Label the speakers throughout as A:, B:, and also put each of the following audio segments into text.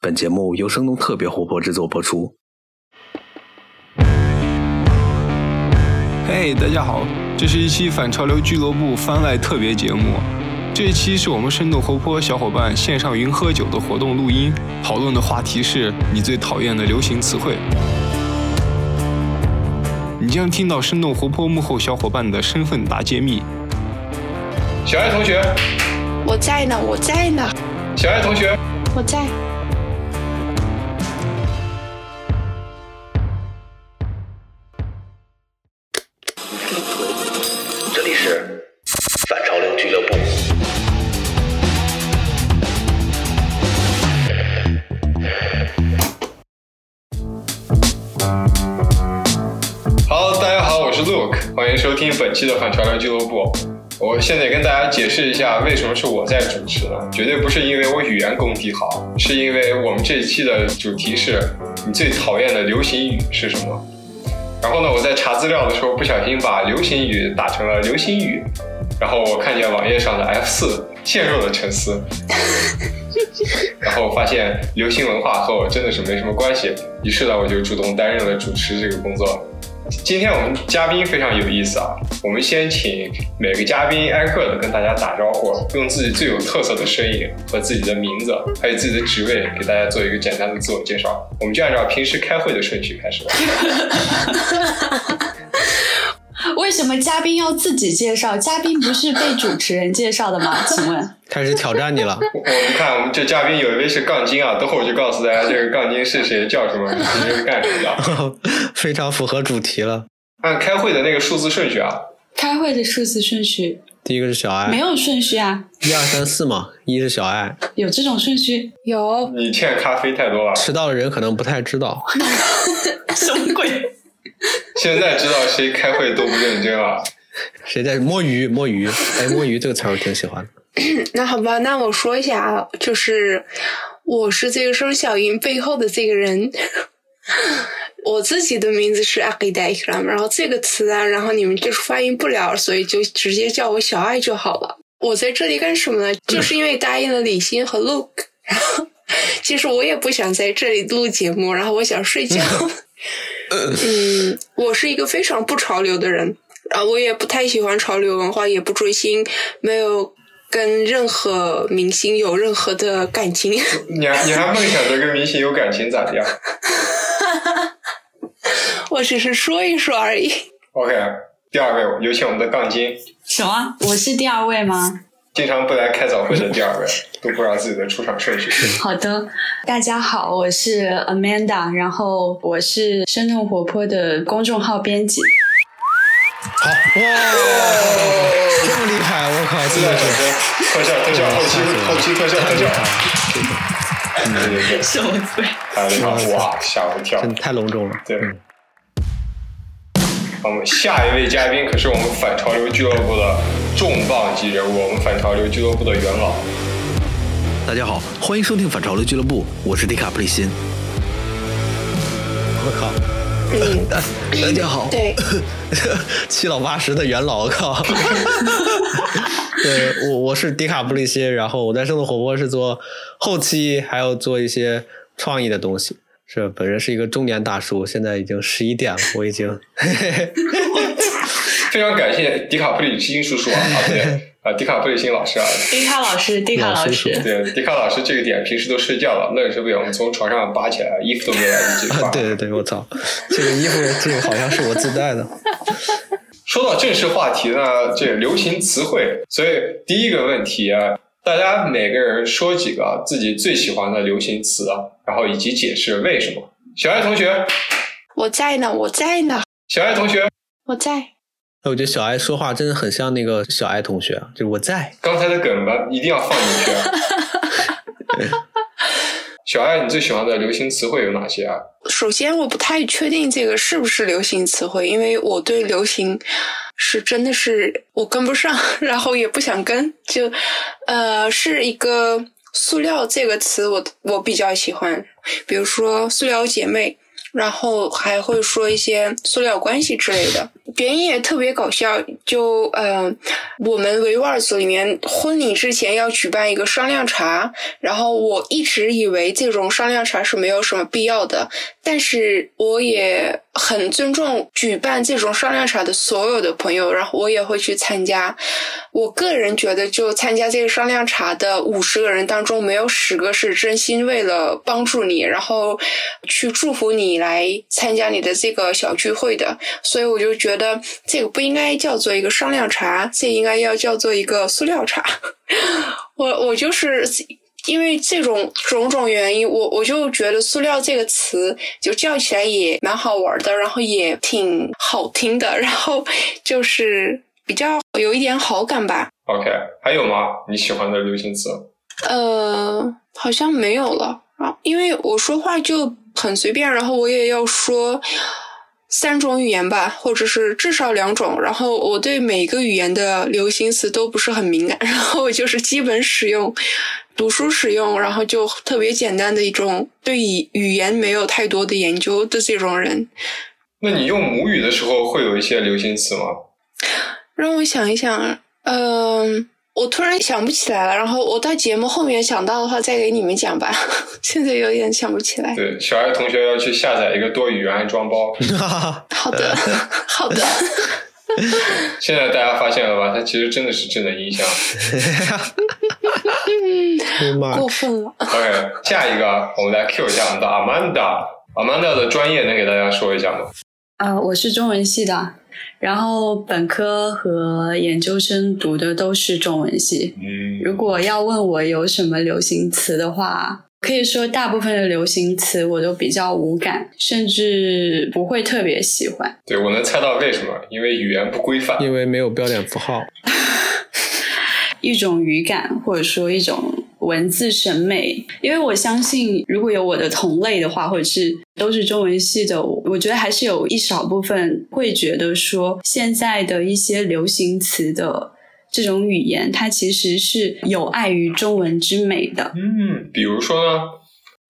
A: 本节目由生动特别活泼制作播出。
B: 嘿、大家好，这是一期反潮流俱乐部番外特别节目。这一期是我们生动活泼小伙伴线上云喝酒的活动录音，讨论的话题是你最讨厌的流行词汇。你将听到生动活泼幕后小伙伴的身份大揭秘。小爱同学，
C: 我在呢，我在呢，
B: 小爱同学，
C: 我在。
A: 这里是反潮流俱乐部。
B: Hello，大家好，我是 Luke，欢迎收听本期的反潮流俱乐部。我现在给大家解释一下为什么是我在主持呢？绝对不是因为我语言功底好，是因为我们这一期的主题是你最讨厌的流行语是什么？然后呢，我在查资料的时候不小心把流行语打成了流星雨，然后我看见网页上的 F 四，陷入了沉思，然后发现流行文化和我真的是没什么关系，于是呢，我就主动担任了主持这个工作。今天我们嘉宾非常有意思啊，我们先请每个嘉宾挨个的跟大家打招呼，用自己最有特色的声音和自己的名字，还有自己的职位，给大家做一个简单的自我介绍。我们就按照平时开会的顺序开始吧。
D: 为什么嘉宾要自己介绍？嘉宾不是被主持人介绍的 吗？请问，
E: 开始挑战你了。
B: 我们看我们这嘉宾有一位是杠精啊，等会儿我就告诉大家这个杠精是谁，叫什么，是干什么的。
E: 非常符合主题了。
B: 按开会的那个数字顺序啊，
D: 开会的数字顺序
E: 第一个是小
D: 没
E: 爱，
D: 有顺序啊？
E: 一二三四嘛，一是小爱，
D: 有这种顺序？有
B: 你欠咖啡太多了，
E: 迟到的人可能不太知道。
D: 什么鬼？
B: 现在知道谁开会都不认真啊了。
E: 谁在摸鱼？摸鱼？哎，摸鱼这个词儿我挺喜欢的。
C: 那好吧，那我说一下啊，就是我是这个声小云背后的这个人。 我自己的名字是阿给代伊克拉姆，然后这个词啊，然后你们就是发音不了，所以就直接叫我小爱就好了。我在这里干什么呢？就是因为答应了李欣和 Luke，然后其实我也不想在这里录节目，然后我想睡 觉。嗯，我是一个非常不潮流的人，啊，我也不太喜欢潮流文化，也不追星，没有跟任何明星有任何的感情。
B: 你还你还梦想着跟明星有感情咋的呀
C: 我只是说一说而已。
B: ？OK，第二位有请我们的杠精，
D: 什么？我是第二位吗？
B: 经常不来开早会的第二位，都不知道自己的出场顺序。
D: 好的，大家好，我是 Amanda，然后我是生动活泼的公众号编辑。
E: 好哇，这么厉害！我靠，
B: 自
E: 真
B: 带
E: 的
B: 掌
E: 是
B: 声，特效特效，后期后期特效特效。对对对，
D: 什么鬼？
B: 打了一场哇，吓我一跳。
E: 真的太嗯隆重了。
B: 对。我们下一位嘉宾可是我们反潮流俱乐部的重磅级人物，我们反潮流俱乐部的元老。
A: 大家好，欢迎收听反潮流俱乐部，我是迪卡普里辛。
E: 我靠，
C: 嗯，
E: 大家好，
C: 对，
E: 七老八十的元老，我靠！ 对我我是迪卡布利辛，然后我在生动活泼是做后期，还有做一些创意的东西。是本人是一个中年大叔，现在已经十一点 了，我已经
B: 非常感谢迪卡普里辛叔叔啊，啊不对，啊迪卡普里辛老师啊，
D: 迪卡老师，迪卡老
E: 老
D: 师
E: 师，。
B: 对迪卡老师这个点平时都睡觉了，愣是被我们从床上拔起来，衣服都没来得及换
E: 对对对，我操，这个衣服这个好像是我自带的，
B: 说到正式话题呢，这流行词汇，所以第一个问题啊，大家每个人说几个自己最喜欢的流行词啊，然后以及解释为什么。小爱同学，
C: 我在呢，我在呢，
B: 小爱同学，
C: 我在。
E: 哎我觉得小爱说话真的很像那个小爱同学，啊就是我在
B: 刚才的梗吧，一定要放进去啊。小爱，你最喜欢的流行词汇有哪些啊？
C: 首先，我不太确定这个是不是流行词汇，因为我对流行是真的是我跟不上， 然后也不想跟。就呃，是一个“塑料”这个词我，我比较喜欢，比如说“塑料姐妹”，然后还会说一些“塑料关系”之类的。原因也特别搞笑，就呃，我们维吾尔族里面婚礼之前要举办一个商量茶，然后我一直以为这种商量茶是没有什么必要的，但是我也很尊重举办这种商量茶的所有的朋友，然后我也会去参加。我个人觉得，就参加这个商量茶的五十个人当中，没有十个是真心为了帮助你，然后去祝福你来参加你的这个小聚会的。所以我就觉得这个不应该叫做一个商量茶，这应该要叫做一个塑料茶。 我我就是因为这种种种原因，我我就觉得“塑料”这个词就叫起来也蛮好玩的，然后也挺好听的，然后就是比较有一点好感吧。
B: OK，还有吗？你喜欢的流行词？
C: 呃，好像没有了啊，因为我说话就很随便，然后我也要说三种语言吧，或者是至少两种。然后我对每个语言的流行词都不是很敏感， 然后我就是基本使用，读书使用，然后就特别简单的一种对语语言没有太多的研究的这种人。
B: 那你用母语的时候会有一些流行词吗？
C: 让我想一想，嗯、我突然想不起来了。然后我到节目后面想到的话，再给你们讲吧。 现在有点想不起来。
B: 对，小爱同学要去下载一个多语言安装包。
E: 哎
C: 好的，好的，
B: 现在大家发现了吧？它其实真的是智能音箱。
C: 过分了。
B: OK，下一个我们来 Q 一下我们的 Amanda。Amanda 的专业能给大家说一下吗？
D: 呃，我是中文系的，然后本科和研究生读的都是中文系。
B: 嗯
D: 如果要问我有什么流行词的话，可以说大部分的流行词我都比较无感，甚至不会特别喜欢。
B: 对我能猜到为什么，因为语言不规范。
E: 因为没有标点符号，
D: 一种语感，或者说一种文字审美。因为我相信，如果有我的同类的话，或者是都是中文系的，我我觉得还是有一少部分会觉得说，现在的一些流行词的这种语言，它其实是有碍于中文之美的。
B: 嗯，比如说呢？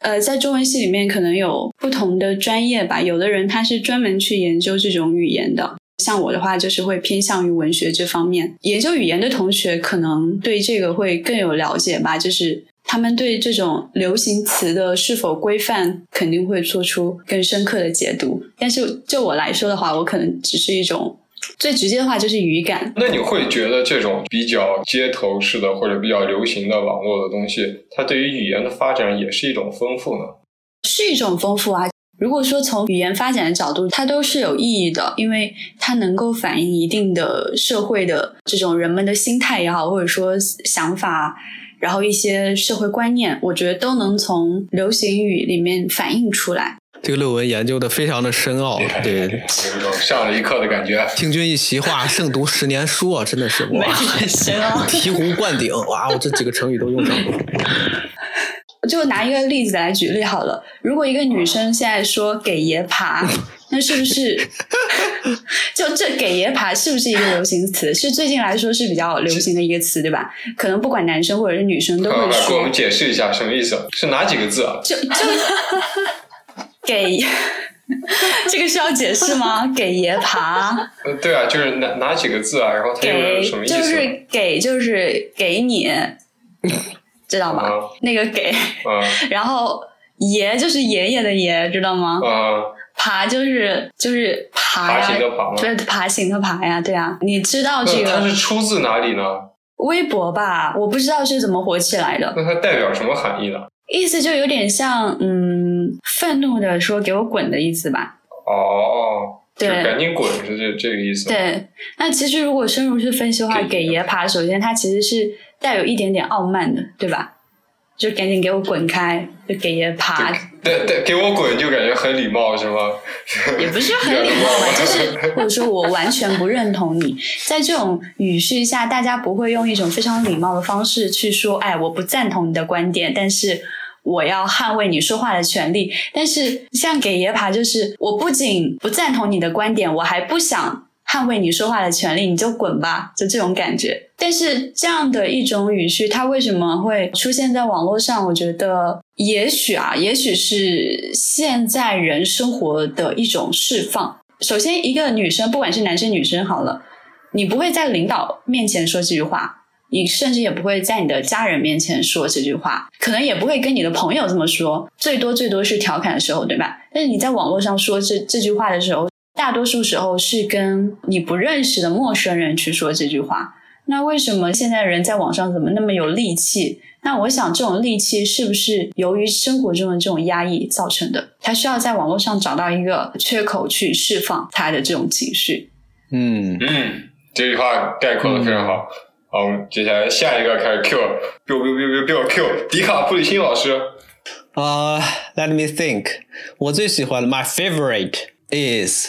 D: 呃，在中文系里面可能有不同的专业吧，有的人他是专门去研究这种语言的。像我的话，就是会偏向于文学这方面。研究语言的同学可能对这个会更有了解吧，就是他们对这种流行词的是否规范，肯定会做出更深刻的解读。但是就我来说的话，我可能只是一种最直接的话就是语感，
B: 那你会觉得这种比较街头式的或者比较流行的网络的东西，它对于语言的发展也是一种丰富呢？
D: 是一种丰富啊。如果说从语言发展的角度，它都是有意义的，因为它能够反映一定的社会的这种人们的心态也好，或者说想法，然后一些社会观念，我觉得都能从流行语里面反映出来。
E: 这个论文研究的非常的深奥
B: 厉害，厉害厉
E: 对
B: 害，有一种上了一课的感觉。
E: 听君一席话，胜读十年书啊，真的是哇，
D: 很深奥。
E: 醍醐灌顶，哇，我这几个成语都用上了。
D: 就拿一个例子来举例好了，如果一个女生现在说“给爷爬”，那是不是 就这“给爷爬”是不是一个流行词？是最近来说是比较流行的一个词，对吧？可能不管男生或者是女生都
B: 快快
D: 会
B: 快，给我
D: 说
B: 们解释一下什么意思？是哪几个字啊？
D: “给”，这个是要解释 吗？“给爷爬
B: 呃，对啊，就是哪哪几个字啊？然后”，它又
D: 给
B: 是什么意思？
D: 就是给就是给你，知道吧？
B: 啊
D: 那个给，
B: 啊
D: 然后爷就是爷爷的爷，知道吗？
B: 啊！
D: 爬就是就是爬
B: 爬
D: 呀、
B: 行的爬吗？
D: 对，爬行的爬呀，对啊，你知道这
B: 那它是
D: 个
B: 出自哪里呢？
D: 微博吧？我不知道是怎么火起来的，
B: 那它代表什么含义呢？
D: 意思就有点像嗯，愤怒的说“给我滚”的意思吧？
B: 哦，就
D: 对
B: 赶紧滚是这这个意思吗。
D: 对。那其实如果深入去分析的话，
B: 给
D: 给爷爬，首先它其实是带有一点点傲慢的，对吧？就赶紧给我滚开，就给爷爬，
B: 对对，给我滚就感觉很礼貌是吗？
D: 也不是很礼貌吧，就是或者说我完全不认同你，在这种语序下，大家不会用一种非常礼貌的方式去说，哎，我不赞同你的观点，但是。我要捍卫你说话的权利，但是像给爷爬，就是我不仅不赞同你的观点，我还不想捍卫你说话的权利，你就滚吧，就这种感觉。但是这样的一种语序，它为什么会出现在网络上？我觉得也许啊，也许是现在人生活的一种释放。首先，一个女生，不管是男生女生好了，你不会在领导面前说这句话，你甚至也不会在你的家人面前说这句话，可能也不会跟你的朋友这么说，最多最多是调侃的时候，对吧？但是你在网络上说这这句话的时候，大多数时候是跟你不认识的陌生人去说这句话。那为什么现在人在网上怎么那么有戾气？那我想，这种戾气是不是由于生活中的这种压抑造成的？他需要在网络上找到一个缺口去释放他的这种情绪。
E: 嗯，
B: 嗯，这句话概括的非常好。好，我们接下来下一个开始 Q，biu biu biu biu biu Q，迪卡布里辛老师。
E: 啊、l e t me think，我最喜欢的 my favorite is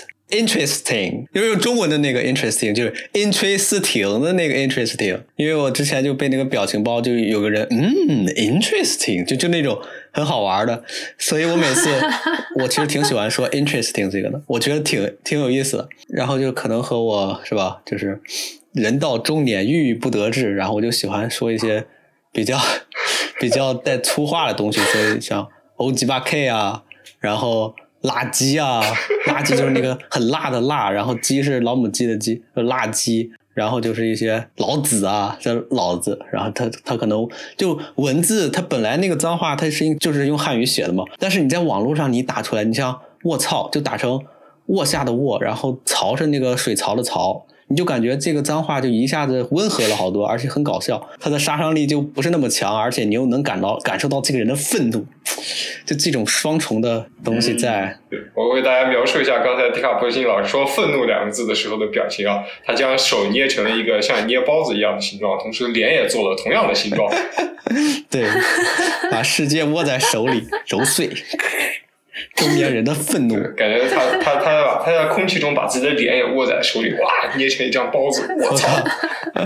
E: interesting，因为用中文的那个 interesting 就是 interesting 的那个 interesting，因为我之前就被那个表情包就有个人嗯 interesting，就就那种很好玩的，所以我每次我其实挺喜欢说 interesting 这个的，我觉得挺挺有意思的，然后就可能和我是吧，就是人到中年郁郁不得志，然后我就喜欢说一些。比较 比较带粗话的东西，所以像欧鸡巴 K 啊，然后辣鸡啊，辣鸡就是那个很辣的辣，然后鸡是老母鸡的鸡，就辣鸡，然后就是一些老子啊，这老子，然后他他可能就文字，他本来那个脏话它是用就是用汉语写的嘛，但是你在网络上你打出来，你像卧槽就打成卧下的卧，然后槽是那个水槽的槽，你就感觉这个脏话就一下子温和了好多，而且很搞笑，它的杀伤力就不是那么强，而且你又能感到感受到这个人的愤怒，就这种双重的东西
B: 嗯
E: 在。
B: 我为大家描述一下刚才迪卡波辛老师说“愤怒”两个字的时候的表情啊，他将手捏成了一个像捏包子一样的形状，同时脸也做了同样的形状。
E: 对，把世界握在手 里揉碎，中年人的愤怒。
B: 感觉他他他把他在空气中把自己的脸也握在手里，哇，捏成一张包子。 我
E: 我
B: 操！
E: 操！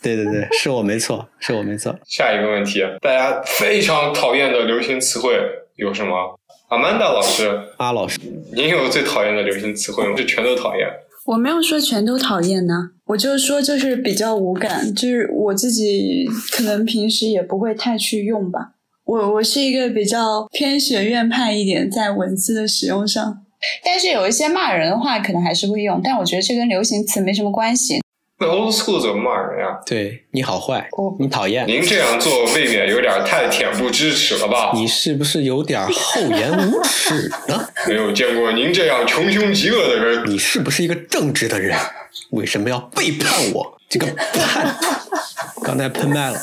E: 对对对，是我没错，是我没错。
B: 下一个问题，大家非常讨厌的流行词汇有什么？阿曼达老师，
E: 阿老师，
B: 您有最讨厌的流行词汇吗？是全都讨厌？
D: 我没有说全都讨厌呢，我就是说就是比较无感，就是我自己可能平时也不会太去用吧。我我是一个比较偏学院派一点，在文字的使用上。但是有一些骂人的话，可能还是会用，但我觉得这跟流行词没什么关系。
B: 那 old school 怎么骂人呀、
E: 对你好坏
D: 我，
E: 你讨厌，
B: 哦您这样做未免有点太恬不知耻了吧？
E: 你是不是有点厚颜无耻呢？
B: 没有见过您这样穷凶极恶的人。
E: 你是不是一个正直的人？为什么要背叛我？这个叛徒！刚才喷麦了，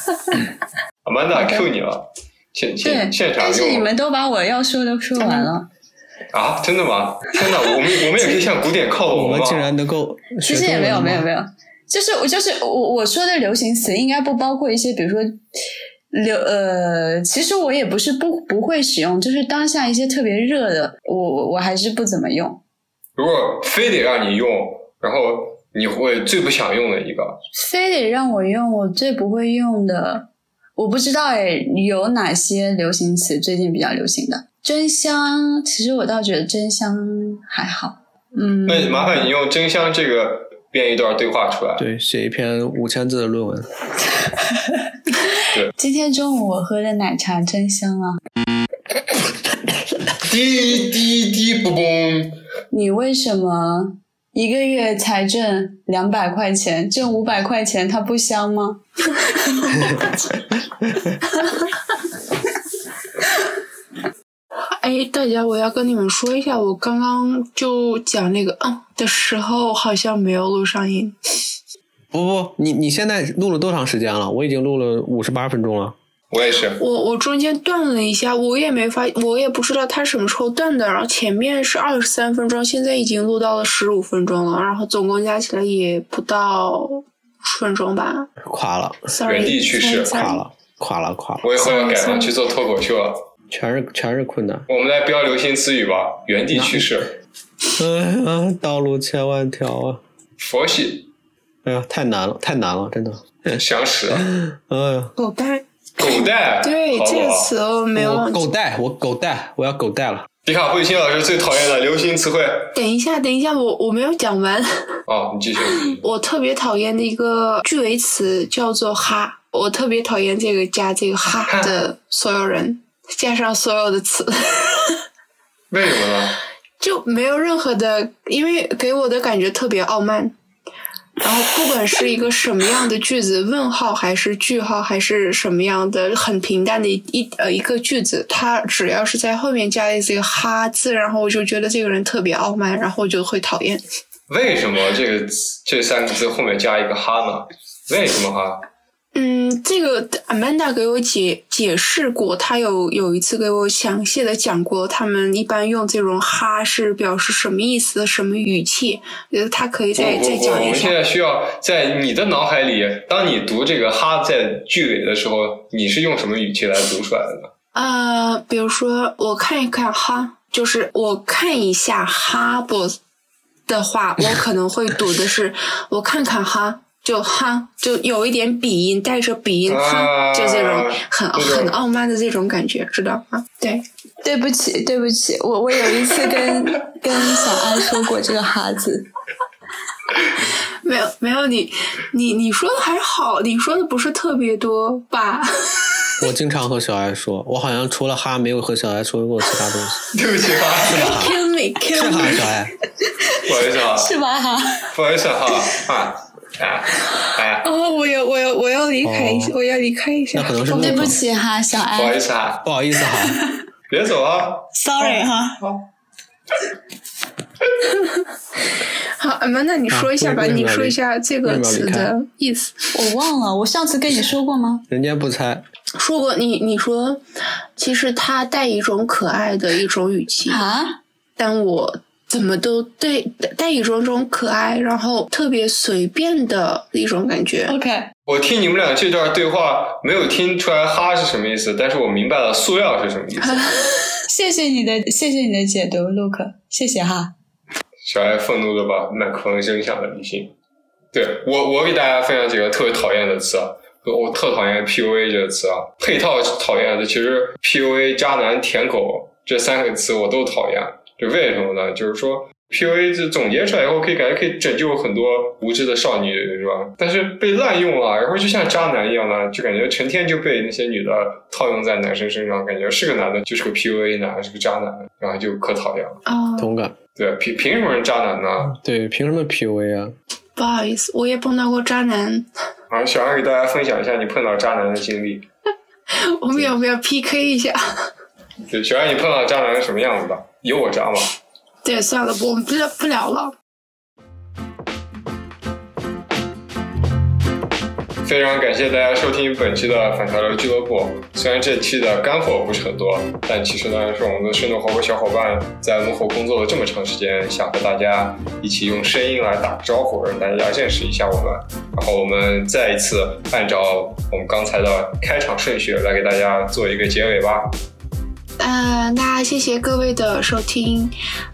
B: 阿曼达 Q 你了，现现现场用
D: 都把我要说的说完了。
B: 啊？真的吗？天哪，我们我们也可以向古典靠
E: 我
B: 拢吗
E: 们？竟然能够
D: 其
E: 学
D: 实
E: 中
D: 也
E: 文
D: 没有，没有，
E: 有。
D: 没有，就是我就是我我说的流行词，应该不包括一些，比如说流呃，其实我也不是不不会使用，就是当下一些特别热的，我我我还是不怎么用。
B: 如果非得让你用，然后你会最不想用的一个，
D: 非得让我用我最不会用的，我不知道哎，有哪些流行词最近比较流行的？真香，其实我倒觉得真香还好。嗯，
B: 那麻烦你用真香这个编一段对话出来。
E: 对，写一篇五千字的论文。
D: 今天中午我喝的奶茶真香啊！
B: 滴滴滴，不嘣！
D: 你为什么一个月才挣两百块钱，挣五百块钱，它不香吗？
C: 哎，大家，我要跟你们说一下，我刚刚就讲那个嗯的时候，好像没有录上音。
E: 不不，你你现在录了多长时间了？我已经录了五十八分钟了。
B: 我也是，
C: 我我中间断了一下，我也没发，我也不知道它什么时候断的。然后前面是二十三分钟，现在已经录到了十五分钟了，然后总共加起来也不到十分钟吧。
E: 垮了，
C: Sorry，
B: 原地去世
C: 再
E: 垮了，垮了，垮了，
B: 我以后要改行去做脱口秀了。
E: 全是全是困难。
B: 我们来标流行词语吧，原地去世。
E: 哎呀，道路千万条啊！
B: 佛系
E: 哎呀，太难了，太难了，真的。
B: 想死，
E: 哎呀，
C: 狗蛋，
B: 狗蛋，
C: 哦对
B: 哎好
C: 这
B: 不
C: 个
B: 好？
C: 词我没有
E: 我
D: 啊
C: 忘记
E: 狗。带，我狗带，我要狗带了。
B: 迪卡布里辛老师最讨厌的流行词汇
C: 等一下，等一下，我我没有讲完。
B: 哦，你继续。
C: 我特别讨厌的一个句尾词叫做“哈”，我特别讨厌这个加这个“哈”的所有人，加上所有的词，
B: 为什么呢？
C: 就没有任何的，因为给我的感觉特别傲慢。然后不管是一个什么样的句子，问号还是句号还是什么样的很平淡的一一呃一个句子，它只要是在后面加了这个哈字，然后我就觉得这个人特别傲慢，然后我就会讨厌。
B: 为什么这个这三个字后面加一个哈呢？为什么哈？
C: 嗯，这个 Amanda 给我解解释过，她有有一次给我详细的讲过，他们一般用这种“哈”是表示什么意思、什么语气。觉得她可以
B: 不
C: 再再
B: 不不，
C: 讲
B: 我
C: 一
B: 们现
C: 下。
B: 在需要在你的脑海里，当你读这个哈在句尾的时候，你是用什么语气来读出来的呢？
C: 呃，比如说我看一看哈，就是我看一下哈不的话，我可能会读的是我看看哈。就哈，就有一点鼻音，带着鼻音哈，
B: 啊
C: 就这种很
B: 这种
C: 很傲慢的这种感觉，知道吗？对，
F: 对不起，对不起，我我有一次跟 跟小安说过这个哈字，
C: 没有没有，你你你说的还好，你说的不是特别多吧？
E: 我经常和小爱说，我好像除了哈没有和小爱说过其他东西。
B: 对不起
E: 哎
B: 哈，
C: Kill me,
E: 是
C: kill
E: 哈，
C: me！
E: 小爱，
B: 不好意思啊，
F: 是吧哈？
B: 不好意思哈啊啊哎，
C: 哦，我要我要我要离开一下，
E: 哦
C: 我要离开一
E: 那
C: 下
E: 可。能是误
F: 对不
E: 会
F: 起哈，小
B: 不好
F: 安
B: 意思哈，
E: 不好意思哈。
B: 别走啊！
F: ，sorry 哈。
C: 好，那那你说一下
E: 啊
C: 吧，
E: 为什么
C: 你
E: 要
C: 说
E: 离
C: 一下这个
E: 为什么要离
C: 词的意思。
F: 我忘了，我上次跟你说过 吗？
E: 人家不猜，
C: 说过你你说，其实它带一种可爱的一种语气，
F: 啊，
C: 但我怎么都对带一种这种可爱，然后特别随便的一种感觉。
F: OK，
B: 我听你们俩这段对话没有听出来哈是什么意思，但是我明白了塑料是什么意思。
F: 谢谢你的，谢谢你的解读，Look，谢谢哈。
B: 小爱愤怒的把麦克风扔向了李欣。对我，我给大家分享几个特别讨厌的词啊，我特讨厌 PUA 这个词啊，配套讨厌的其实 PUA、渣男、舔狗这三个词我都讨厌，就为什么呢？就是说 PUA 这总结出来以后，可以感觉可以拯救很多无知的少女，是吧？但是被滥用了，然后就像渣男一样呢，就感觉成天就被那些女的套用在男生身上，感觉是个男的就是个 PUA 男，是个渣男，然后就可讨厌了。
C: 哦，
E: 同感。
B: 对，凭凭什么是渣男呢？
E: 对，凭什么 PUA 啊？
C: 不好意思，我也碰到过渣男。
B: 好，小二给大家分享一下你碰到渣男的经历。
C: 我们要不要 PK 一下？
B: 对，小二，你碰到渣男是什么样子的？有我渣吗？
C: 对，算了，不，我们不聊不聊了。
B: 非常感谢大家收听本期的反潮流俱乐部。虽然这期的干货不是很多，但其实呢，是我们的生动活泼小伙伴在幕后工作了这么长时间，想和大家一起用声音来打个招呼，让大家认识一下我们。然后我们再一次按照我们刚才的开场顺序来给大家做一个结尾吧。
C: 呃，那谢谢各位的收听，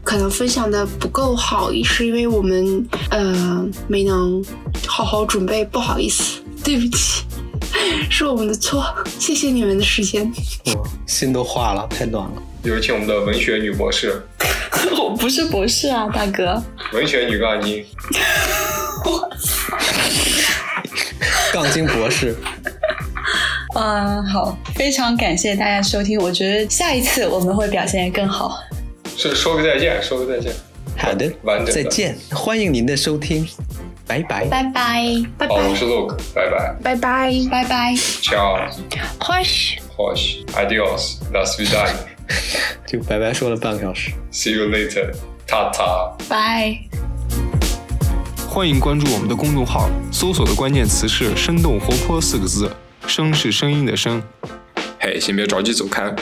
C: 可能分享的不够好，也是因为我们呃没能好好准备，不好意思，对不起， 是我们的错，谢谢你们的时间。
E: 哇，嗯心都化了，太暖了。
B: 有请我们的文学女博士、
F: 我不是博士啊，大哥。
B: 文学女杠精。
E: 杠精博士，
F: 嗯，好，非常感谢大家收听，我觉得下一次我们会表现得更好。
B: 是说个再见，说个再见。
E: 好的，
B: 完整的
E: 再见，欢迎您的收听，拜拜。
F: 拜拜，
C: 拜
B: 好，我
C: 拜，
B: 是 Luke，拜拜
C: 拜拜，
F: 拜拜。
B: ，Ciao，
C: 或许。
B: 或许 a d i o s l a s v i d a n
E: 就拜拜说了半个小时。
B: see you later，Tata。
F: 拜。
B: 欢迎关注我们的公众号，搜索的关键词是“生动活泼”四个字，声是声音的声。嘿，先别着急走开，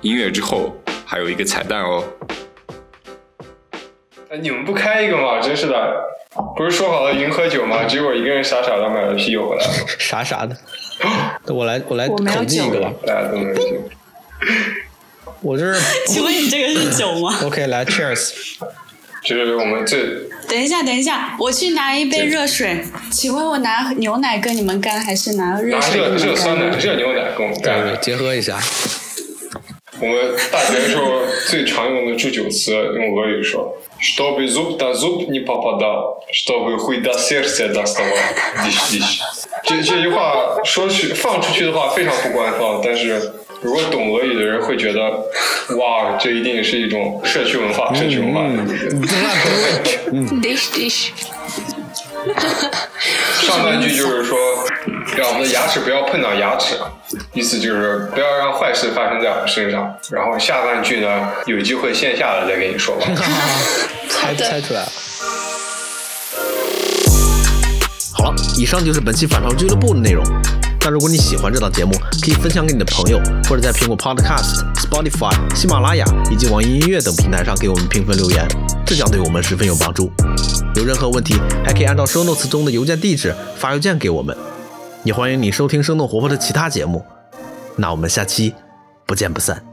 B: 音乐之后还有一个彩蛋哦。哎，你们不开一个吗？真是的，不是说好了云喝酒吗？结果一个人傻傻的买了啤酒回来了。
E: 傻傻 的。我来，我来
F: 我没有
E: 统计一个吧。
B: 大家都没有酒。
E: 我这
F: 请
E: 是
F: 问你这个是酒吗？
E: OK，来 Cheers，
B: 这是我们最
F: 等一下，等一下，我去拿一杯热水。请问我拿牛奶跟你们干，还是拿热
B: 拿
F: 水
B: 热
F: 跟你
B: 啊热
F: 们
B: 酸奶、
F: 干？
B: 热牛奶跟我们干
E: 对，结合一下。
B: 我们大学的时候最常用的祝酒词，用俄语说：“Чтобы зуб на зуб не попадал, чтобы хоть до сердца доставал, диш диш。”这这句话说去放出去的话非常不官方，但是如果懂俄语的人会觉得，哇，这一定是一种社区文化，社区文化。对不对
E: 嗯
C: ，dish dish。
B: 上半句就是说，让我们的牙齿不要碰到牙齿，意思就是不要让坏事发生在我们身上。然后下半句呢，有机会线下的再跟你说吧。
E: 猜猜出来了。
A: 好了，以上就是本期反潮俱乐部的内容。那如果你喜欢这档节目，可以分享给你的朋友，或者在苹果 Podcast、Spotify、喜马拉雅以及网易音乐等平台上给我们评分留言，这将对我们十分有帮助。有任何问题，还可以按照 show notes 中的邮件地址发邮件给我们。也欢迎你收听生动活泼的其他节目。那我们下期不见不散。